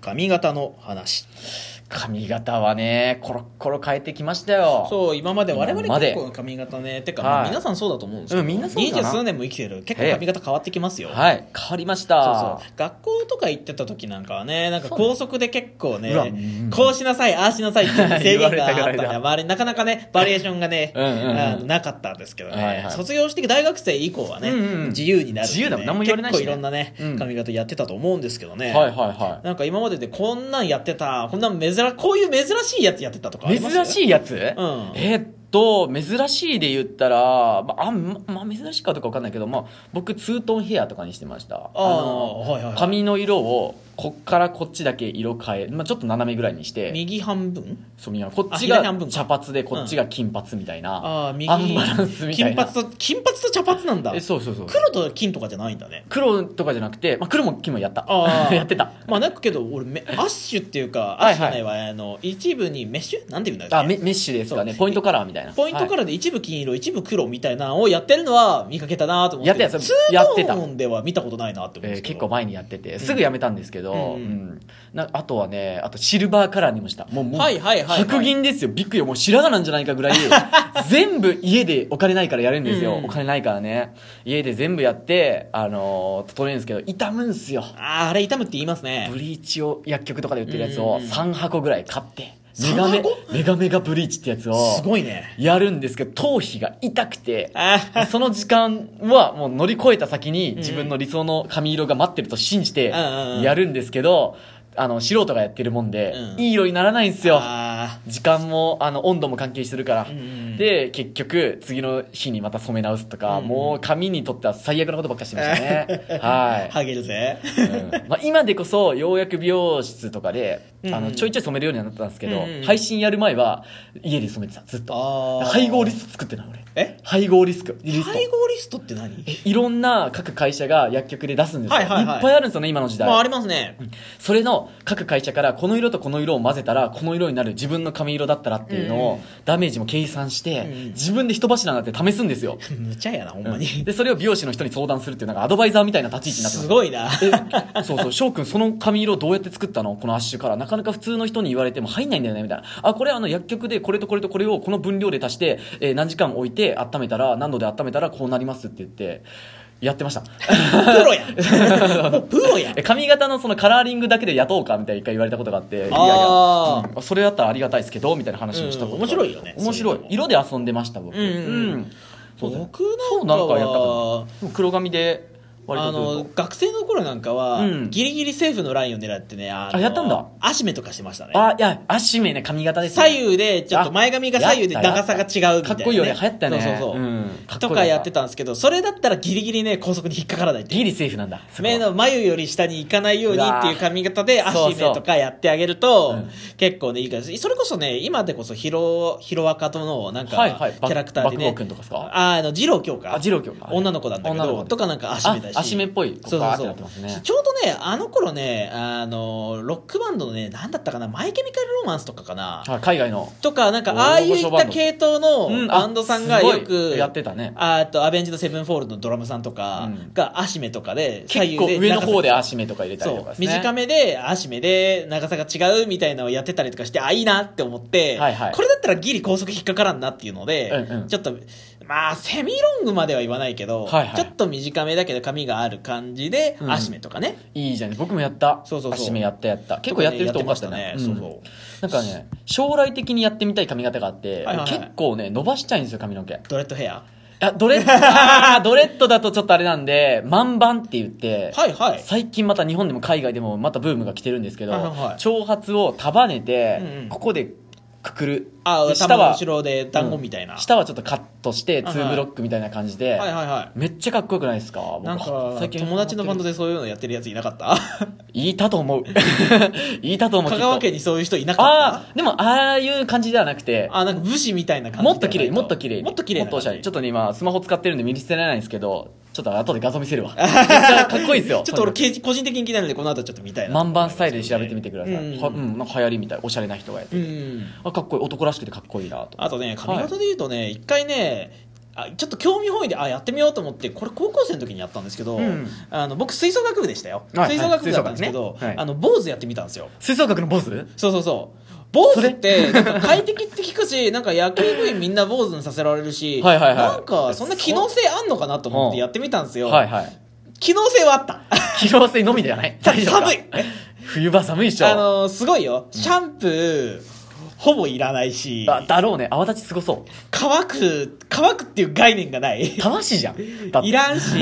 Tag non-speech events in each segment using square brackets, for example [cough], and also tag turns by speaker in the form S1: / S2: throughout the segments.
S1: 髪型の話
S2: 髪型はねコロコロ変えてきましたよ
S1: そう今まで我々
S2: 今まで
S1: 結構髪型ねてか、
S2: はい
S1: まあ皆さんそうだと思うんですけ
S2: う
S1: ど
S2: んみんなそう
S1: 二
S2: か
S1: 十
S2: な
S1: 数年も生きてる結構髪型変わってきますよ、
S2: はい変わりまし
S1: そう
S2: た
S1: そう学校とか行ってた時なんかはねなんか高速で結構ね
S2: うわ
S1: こうしなさいああしなさいって
S2: [laughs]
S1: いう制限があっ
S2: 言わ
S1: たん
S2: れた言われ
S1: で
S2: た
S1: 周りなかなかねバリエーションがね
S2: うんうんうん
S1: あのなかったんですけど
S2: はい
S1: ね
S2: はい
S1: 卒業して大学生以降はね
S2: うんうん
S1: 自由になるんでね
S2: 自由だもん何も言われないしね
S1: 結構いろんなね
S2: うん
S1: 髪型やってたと思うんですけどね
S2: はいはいは
S1: なんか今まででこんなんやってたこんなん珍こういう珍しいやつやってたとかあ
S2: い
S1: ります
S2: 珍しいやつ、
S1: ん
S2: えーっと珍しいで言ったら、まあ、あんまあ珍しいかどうか分かんないけど、まあ、僕ツートンヘアとかにしてました
S1: ああはいはいはい
S2: 髪の色をこっからこっちだけ色変え、まあ、ちょっと斜めぐらいにして
S1: 右半分
S2: そうみんなこっち
S1: あ
S2: が
S1: 左半分か
S2: 茶髪でこっちが金髪みたいな、
S1: ああ右
S2: アンバランスみたい
S1: 金
S2: な
S1: 髪と金髪と茶髪なんだ
S2: えそうそうそう
S1: 黒と金とかじゃないんだね
S2: 黒とかじゃなくて、まあ、黒も金もやった
S1: あー
S2: [laughs] やってた
S1: まあなんかけど俺めアッシュっていうかア
S2: は
S1: ッ
S2: い
S1: シュ
S2: はい
S1: じゃないわ、あの一部にメッシュなんていうんだっけ
S2: あメメッシュですかね
S1: そう
S2: ポイントカラーみたいな
S1: ポイントカラーで一部金色、一部黒みたいなのをやってるのは見かけたなと思って
S2: やってたやつ
S1: ツー
S2: やって
S1: ト
S2: た
S1: ーンでは見たことないなって思うん
S2: え
S1: です
S2: ー
S1: け
S2: 結
S1: ど、
S2: 構前にやっててすぐやめたんですけど、
S1: うんうん
S2: うんなあとはねあとシルバーカラーにもしたもうもう
S1: はいはいはいはい
S2: 白銀ですよビッグよもう白髪なんじゃな
S1: [laughs]
S2: いかぐらい全部家でお金ないからやるんですよ、
S1: うん
S2: お金ないからね家で全部やって、あのー整えるんですけど傷むんすよ
S1: あーあれ痛むって言いますね
S2: ブリーチを薬局とかで売ってるやつ
S1: う
S2: を
S1: んうん
S2: 3箱ぐらい買ってメ
S1: 三
S2: ガ
S1: 箱
S2: メメガメガブリーチってやつを
S1: すごいね
S2: やるんですけど頭皮が痛くて
S1: あー
S2: その時間はもう乗り越えた先に
S1: ん
S2: 自分の理想の髪色が待ってると信じて
S1: うんうんうん
S2: やるんですけど、あの素人がやってるもんで、
S1: うん
S2: いい色にならないんですよ。
S1: あ
S2: 時間もあの温度も関係してるから。
S1: ーうん
S2: で、結局、次の日にまた染め直すとか、
S1: うん
S2: もう髪にとっては最悪なことばっかりしてました
S1: [laughs]
S2: ね。はい。
S1: ハゲるぜ
S2: うんまあ、今でこそようやく美容室とかで、
S1: うん
S2: あのちょいちょい染めるようにはなったんですけど、
S1: うんうん
S2: 配信やる前は家で染めてたずっと
S1: あー
S2: 配合リスト作ってない俺
S1: え
S2: 配合リスクリスト
S1: 配合リストって何
S2: いろんな各会社が薬局で出すんですよ、
S1: はいいはいはい
S2: っぱいあるんですよね今の時代、
S1: まあありますね
S2: それの各会社からこの色とこの色を混ぜたらこの色になる自分の髪色だったらっていうの
S1: う
S2: をダメージも計算
S1: う
S2: して、
S1: ん
S2: 自分で人柱になって試すんですよ、
S1: むちゃやなほんまに、
S2: でそれを美容師の人に相談するっていうなんかアドバイザーみたいな立ち位置になってます
S1: すごいな
S2: えそうそう翔くんその髪色どうやって作ったのこのアッシュからなかなか普通の人に言われても入んないんだよねみたいなあこれあの薬局でこれとこれとこれをこの分量で足して、えー何時間置いて温めたら何度で温めたらこうなりますって言ってやってました
S1: プ
S2: [laughs]
S1: ロやんもうプロやん
S2: え髪型のそのカラーリングだけで雇おうかみたいな一回言われたことがあっていやいや
S1: あー
S2: うんそれだったらありがたいですけどみたいな話をしたこと
S1: うん
S2: が、
S1: 面白いよね
S2: 面白
S1: そういうの
S2: い
S1: も
S2: 色で遊んでました僕
S1: うんうんうん
S2: そうだよ
S1: 僕なんか
S2: なんかやった
S1: は
S2: かな黒髪で割
S1: あ
S2: とずっと
S1: の学生の頃なんかは、
S2: うん
S1: ギリギリ政府のラインを狙ってねあの
S2: あやったんだ
S1: アシメとかしてましたね
S2: あ、いや、足目ね、髪型です、ね。
S1: 左右でちょっと前髪が左右で
S2: あやっ
S1: 長
S2: た
S1: さが違うみたいな、ね、
S2: かっこいいよね。流行ったね。
S1: そうそうそう、
S2: んかっこい
S1: と
S2: い
S1: かやってたんですけどそれだったらギリギリね高速に引っかからないっていう
S2: ギリセーフなんだ。そこは
S1: 目の眉より下に行かないようにっていう髪型で
S2: うわー
S1: 足目とかやってあげると
S2: そうそううん
S1: 結構ねいい感じそれこそね今でこそヒロヒロアカとのなんか
S2: は
S1: キ
S2: いはい
S1: ャラクターでね、
S2: バクバクボー君とかですか
S1: ああの二郎京か
S2: あ二郎京か
S1: 女の子なんだけ
S2: 女の
S1: ど
S2: 子
S1: とかなんか足目だし
S2: あ足目っぽい
S1: そう
S2: バ
S1: そ
S2: ー
S1: う
S2: っ
S1: そ
S2: て
S1: う
S2: なってますね
S1: ちょうどねあの頃ねあのロックバンドのねなんだったかなマイケミカルロマンスとかかな
S2: あ海外の。
S1: とかなんか
S2: おー
S1: ああいうい
S2: 大御所
S1: った
S2: バンド
S1: 系統の
S2: うん
S1: バンドさんが
S2: あすごい
S1: よく
S2: やってたね
S1: ああとアベンジのセブンフォールドのドラムさんとか
S2: うん
S1: が足目とかで
S2: 結構上の方で
S1: 長さ
S2: 足目とか入れたり
S1: そ
S2: と
S1: う
S2: かですね。
S1: 短めで足目で長さが違うみたいなのをやってたりとかしてあいいなって思って、
S2: はいはい
S1: これだったらギリ高速引っかからんなっていうので、
S2: うんうん
S1: ちょっとまあセミロングまでは言わないけど、
S2: はいはい
S1: ちょっと短めだけど髪がある感じで
S2: うん
S1: 足目とかね、
S2: いいじゃん。僕もやった。
S1: そうそうそう
S2: 足目やったやった。結構やってる人多かったね。
S1: そううんそう
S2: なんかね、将来的にやってみたい髪型があって、
S1: はいはいはい
S2: 結構ね、伸ばしちゃいんですよ、髪
S1: [laughs]
S2: の毛。
S1: ドレッドヘア
S2: あ、ドレッド、あードレッドだとちょっとあれなんで、万番って言って、
S1: はいはい
S2: 最近また日本でも海外でもまたブームが来てるんですけど、
S1: はいはいはい
S2: 長髪を束ねて、
S1: うんうん
S2: ここでくくる。
S1: あ
S2: で
S1: 頭の後ろで団子みたいな、
S2: うん下はちょっとカットして、
S1: はいはい
S2: ツーブロックみたいな感じで、
S1: はいはいはい
S2: めっちゃかっこよくないですか僕
S1: なんか
S2: 最近
S1: 友達のバンド
S2: で。
S1: でそういうのやってるやついなかった
S2: いたと思う。 [laughs] いたと思う。
S1: 香川
S2: きっと
S1: 県にそういう人いなか
S2: あ
S1: っ
S2: あ、でもああいう感じではなくて、
S1: たあなんか武士みたいな感じ
S2: もっと綺麗もっと綺麗
S1: もっと綺麗
S2: もっとおしゃれちょ
S1: っ
S2: っとね今スマホ使ってるんで見せられないんですけどちょっと後で画像見せ
S1: [laughs]
S2: るわめっちゃかっこいいですよ
S1: ちょっと俺け個人的に気になるんでこの後ちょっと見たいな
S2: 万番スタイルで調べてみてください、
S1: うん
S2: はうん、なんか流行りみたいおしゃれな人がやって
S1: う
S2: る、
S1: ん
S2: あかっこいい男らしくてかっこいいなと
S1: あとね髪型で言うとね一、回ねあちょっと興味本位であやってみようと思ってこれ高校生の時にやったんですけど、
S2: うん
S1: あの僕吹奏楽部でしたよ、
S2: はい
S1: 吹奏楽部だったんですけ
S2: は
S1: ど、
S2: い吹奏楽ねはい
S1: あの坊主やってみたんですよ
S2: 吹奏楽のボス
S1: そうそうそう坊主ってなんか快適って聞くし [laughs] なんか野球部員みんな坊主にさせられるし
S2: はいはいはい
S1: なんかそんな機能性あんのかなと思ってやってみたんですよ、
S2: はいはい。
S1: 機能性はあった
S2: 機能性のみではない。
S1: ただ寒い
S2: 冬場寒いっしょ。
S1: あのすごいよシャンプー、ほぼいらないし
S2: だだろうね。泡立ちすごそう。
S1: 乾く乾くっていう概念がない
S2: たわしじゃん。
S1: いらんし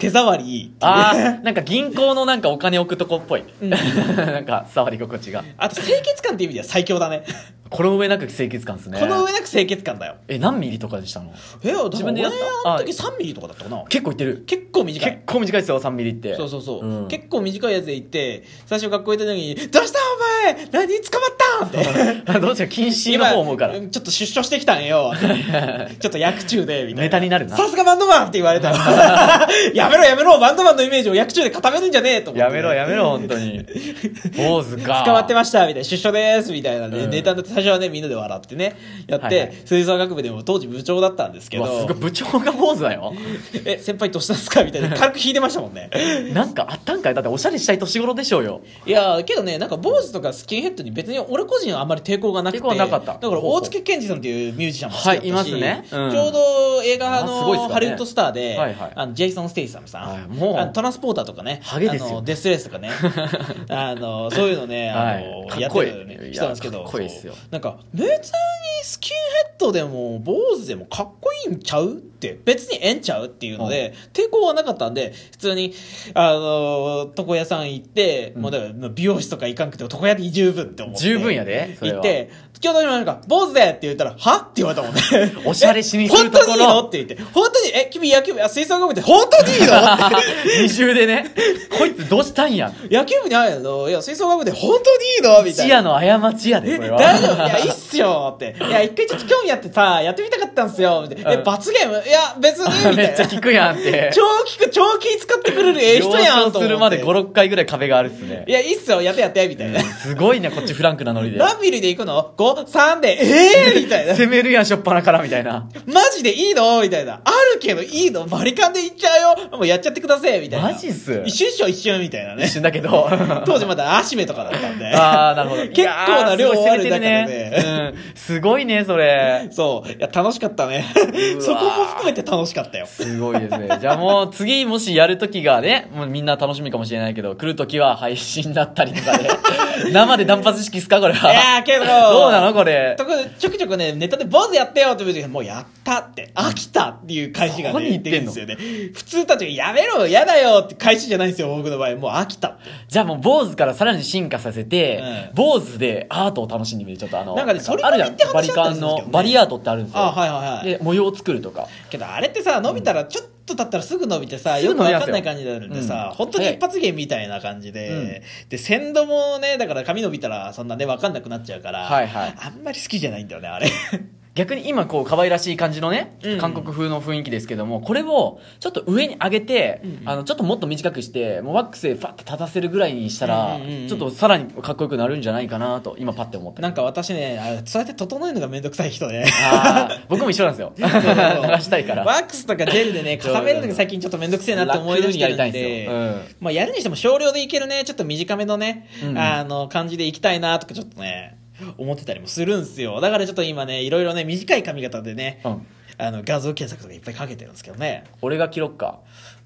S1: 手触りいい
S2: あーなんか銀行のなんかお金置くとこっぽい。
S1: うん
S2: [laughs] なんか触り心地が。
S1: あと清潔感っていう意味では最強だね
S2: この上なく清潔感ですね。
S1: この上なく清潔感だよ
S2: え、何ミリとかでしたの
S1: えだ
S2: 自
S1: 自分
S2: 分で
S1: で
S2: や
S1: や
S2: っ
S1: ったたあの時3ミリとかだったかな
S2: 結構いってる。
S1: 結構短
S2: 結
S1: い
S2: 構短いですよ、3ミリって。
S1: そうそうそう、
S2: うん
S1: 結構短いやつで行って最初学校行った時に「どうしたお前何捕まったん!」って
S2: どうしよう、禁止の方思うから。
S1: 今ちょっと出所してきたん
S2: [laughs]
S1: よちょっと役中でみたいな
S2: ネタになるな
S1: さすがバンドマンって言われ
S2: [laughs]
S1: たよやめろやめろバンドマンのイメージを役中で固めるんじゃねえと思って
S2: やめろ、やめろ、本当に。坊主か。
S1: 捕まってましたみたいな出所ですみたいなね、
S2: うん
S1: ネタで最初はねみんなで笑ってねやって、
S2: はいはい
S1: 吹奏楽部でも当時部長だったんですけ
S2: う
S1: ど
S2: わすごい、部長が坊主だよ。
S1: [laughs] え先輩どうしたんですかみたいな軽く引いてましたもんね
S2: なんかあったんかいだっておしゃれしたい年頃でしょうよ。
S1: いやーけどねなんか坊主とかスキンヘッドに別に俺個人はあんまり抵抗がなくて
S2: 抵抗はなかった
S1: だから大月健二さんっていうミュージシャンも好きだったし、
S2: はいいますねうん
S1: ちょうど映画
S2: あすごいっ
S1: の、
S2: すよね
S1: ハリウッドスターで、
S2: はいはい
S1: あのジェイソン・ステイサムさん、
S2: はいもう
S1: あのトランスポーターとかね
S2: ハゲですよ
S1: あのデスレースとか
S2: [laughs]
S1: ねあのそういうのねあの、
S2: はい
S1: やってる、ね
S2: かっこい、い
S1: 人なんですけど
S2: いやかっこいいっすよ
S1: そうなんか別にスキンヘッドでも坊主でもかっこいいんちゃうって別にええんちゃうっていうので、抵抗はなかったんで普通にあの床屋さん行って、もうだから美容室とか行かんくても床屋で十分って思って
S2: 十分やでそれは
S1: 行って「今日何しまか坊主で!」って言ったら「はって言われたもんね
S2: おしゃれしに
S1: え
S2: す
S1: 本
S2: ると
S1: 当
S2: ころ
S1: にいいのって言って「本当にえ君野球部あ吹奏楽部って本当にいいの?」
S2: [laughs]
S1: って
S2: [laughs] 二重でね。こいつどうしたんや。
S1: 野球部に入るのいや吹奏楽部で本当にいいのみた
S2: 一
S1: い
S2: 夜
S1: な。
S2: の過ちや
S1: え
S2: で、これは。
S1: 大丈夫いや、いいっすよって。いや、一回ちょっと興味あってさ、やってみたかったんすよ。みたいな。
S2: う
S1: え、
S2: ん
S1: 罰ゲームいや、別に、みた
S2: [laughs] [laughs] めっ
S1: い
S2: ちゃ
S1: な。
S2: 聞くやんって。
S1: 超聞く、超気使ってくれるええ人やんと思って。
S2: するまで5、6回ぐらい壁があるっすね
S1: い。や、いいっすよ、やってやって、みたいな。
S2: すごいね、こっちフランクなノリで。
S1: 何ミリで行くの ?5、3で、ええー、みたいな。
S2: [laughs] 攻めるやん、しょっぱなから、みたいな。
S1: マジでいいのみたいな。あるけどいいのバリカンでいっちゃうよもうやっちゃってくださいみたいな。
S2: マジっす
S1: 一瞬っしょ一瞬みたいなね
S2: 一。瞬だけ [laughs] ど。
S1: 当時まだアシメとかだったんで。
S2: ああ、なるほど。
S1: [laughs] 結構な量
S2: いやーすご
S1: あ
S2: い攻め
S1: る
S2: て
S1: 中で
S2: る
S1: ね
S2: ね。うん。すごいね、それ。
S1: そう。いや、楽しかったね
S2: う。わ
S1: そこも含めて楽しかったよ。
S2: すごいですね。 [laughs] じゃあもう次もしやるときがね、もうみんな楽しみかもしれないけど、来るときは配信だったりと
S1: [laughs]
S2: かで、生で断髪式っすかこれ
S1: い
S2: は。
S1: やーけど、
S2: どうなのこれ。
S1: とこちょくちょくね、ネタで坊主やってよって言う時にもうやったって、飽きたっていう返しが
S2: そこ
S1: ね、
S2: に言っ
S1: 出
S2: て
S1: る
S2: ん
S1: ん
S2: の
S1: ですよね。普通たちがやめろ、やだよって返しじゃないんですよ、僕の場合。もう飽きたって。
S2: じゃあもう坊主からさらに進化させて、
S1: うん
S2: 坊主でアートを楽しんでみる。ちょっとあの、
S1: なんかね反り込み
S2: あるじゃん
S1: って話
S2: バリカ
S1: だ
S2: ン
S1: ったんです
S2: の
S1: けど、ね
S2: バリアートってあるんですよ。
S1: あはいはいはい
S2: で、模様を作るとか。
S1: けどあれってさ伸びたらちょっと経ったらすぐ伸びてさ、
S2: すぐ
S1: よく
S2: 伸び
S1: わ
S2: ます
S1: か
S2: よ
S1: んない感じになるんでさ、
S2: うん
S1: 本当に一発芸みたいな感じで、で鮮度もねだから髪伸びたらそんなねわかんなくなっちゃうから、
S2: はいはい
S1: あんまり好きじゃないんだよねあれ [laughs]
S2: 逆に今こう可愛らしい感じのね、
S1: うん
S2: 韓国風の雰囲気ですけどもこれをちょっと上に上げて、あのちょっともっと短くしてもうワックスでファッと立たせるぐらいにしたら、
S1: うんうんうんうん
S2: ちょっとさらにかっこよくなるんじゃないかなと今パッて
S1: [laughs]
S2: 思った
S1: なんか私ねあそうやって整えるのがめんどくさい人で、
S2: あー僕も一緒なんですよ [laughs] 流
S1: そうそう
S2: したいから
S1: ワックスとかジェルでね固めるのが最近ちょっとめんどくせえなって思い出してるんで
S2: 楽にやりたいんですよ
S1: まあ、やるにしても少量でいけるねちょっと短めのね、
S2: うん
S1: あの感じでいきたいなとかちょっとね思ってたりもするんですよだからちょっと今ねいろいろね短い髪型でね、
S2: うん
S1: あの画像検索とかいっぱいかけてるんですけどね
S2: 俺が切ろっか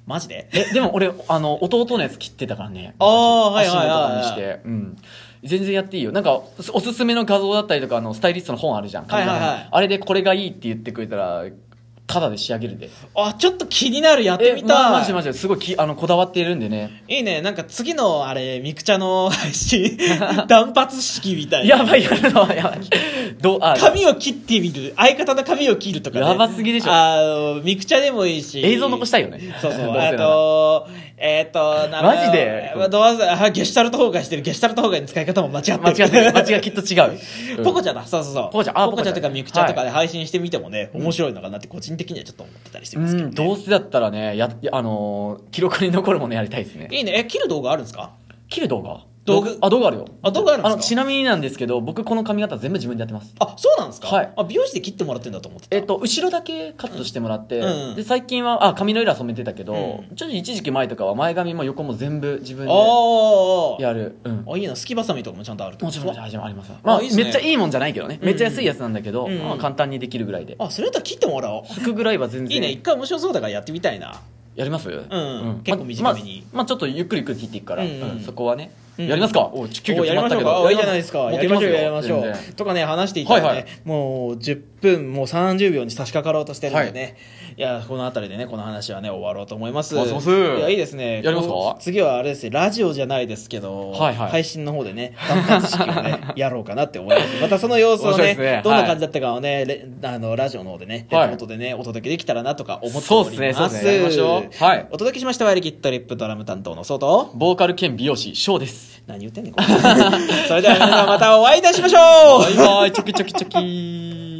S1: マジで
S2: えでも俺あの弟のやつ切ってたからね
S1: あーはい
S2: 足
S1: はいはいはい
S2: 元とかにして、うん、全然やっていいよなんかおすすめの画像だったりとかあのスタイリストの本あるじゃん、
S1: はいはいはい
S2: あれでこれがいいって言ってくれたらただで仕上げるで
S1: あちょっと気になるやってみたい、
S2: まマジマジですごいきあのこだわっているんでね
S1: いいねなんか次のあれミクチャの配
S2: [laughs]
S1: 信断髪式みたいな
S2: やばいやるのはやばいどうあ
S1: 髪を切ってみる相方の髪を切るとか、ね、
S2: やばすぎでしょ
S1: あのミクチャでもいいし
S2: 映像残したいよね
S1: そうそう。
S2: どせな
S1: あ
S2: ら
S1: と、えっ、と、名前
S2: マジで
S1: はどうせ、あ、ゲシュタルト崩壊してる。ゲシュタルト崩壊の使い方も間違ってる。
S2: [laughs] 間違ってる間違いきっと違う、うん
S1: ポコチャだ。そうそうそう。
S2: ポコチャあ
S1: ポコチャ
S2: ポコチャ
S1: とかミクチャとかで配信してみてもね、面白いのかなって個人的にはちょっと思ってたりしてますけ
S2: う
S1: ど
S2: ん
S1: ね。
S2: どうせだったらねやあのー記録に残るものやりたいですね
S1: いいね。え、切る動画あるんですか
S2: 切る動画
S1: 道具
S2: あ道具あるよ
S1: あ道具あるんですか
S2: のちなみになんですけど僕この髪型全部自分でやってます
S1: あそうなんですか、
S2: はい
S1: あ美容師で切ってもらってんだと思ってた
S2: えっと、後ろだけカットしてもらって、
S1: うんうん
S2: で最近はあ髪の色は染めてたけど、
S1: う
S2: ちょっと一時期前とかは前髪も横も全部自分で
S1: あ
S2: やる、うん、
S1: ああいいなすきばさみとかもちゃんとあるってこ
S2: も
S1: と
S2: ちろん始まありますまあ
S1: いいっすね
S2: めっちゃいいもんじゃないけどね、めっちゃ安いやつなんだけど、
S1: うんうん
S2: まあ、簡単にできるぐらいで
S1: あそれだったら切ってもらおう
S2: 服ぐらいは全然
S1: いいね一回面白そうだからやってみたいな
S2: やりますうん、
S1: 結構短めに
S2: まあまあちょっとゆっくりゆっくり切っていくから、
S1: うんうん
S2: うんそこはね、
S1: うん
S2: やりますかおう急遽
S1: おや
S2: 決
S1: り
S2: ま
S1: ま
S2: っ
S1: しょ
S2: た
S1: う
S2: け
S1: か
S2: ど
S1: おいいじゃないですかやりましょうやりましょ
S2: 全
S1: う
S2: 然
S1: とかね話していたらね、
S2: はいはい
S1: もう10分もう30秒に差し掛かろうとしてるんでね、い、やこの辺りでねこの話はね終わろうと思います
S2: あそうそう
S1: いやいいですね
S2: やりますか
S1: こう次はあれですねラジオじゃないですけど、
S2: はいはい
S1: 配信の方でね断髪式をねやろうかなって思い
S2: [laughs]
S1: ますまたその様子を
S2: 面白
S1: ね
S2: いですね
S1: どんな感じだったかをね、レあのラジオの方でね
S2: はい
S1: レポートでね、お届けできたらなとか思っております
S2: そうですねそうですねやりましょうはい
S1: お届けしましたはリキッドリップドラム担当のソウと
S2: ボーカル兼美容師ショーです
S1: 何 [laughs] 言ってんねん、これそれでは皆さんまたお会いいたしましょう
S2: バイバイチョキチョキチョキ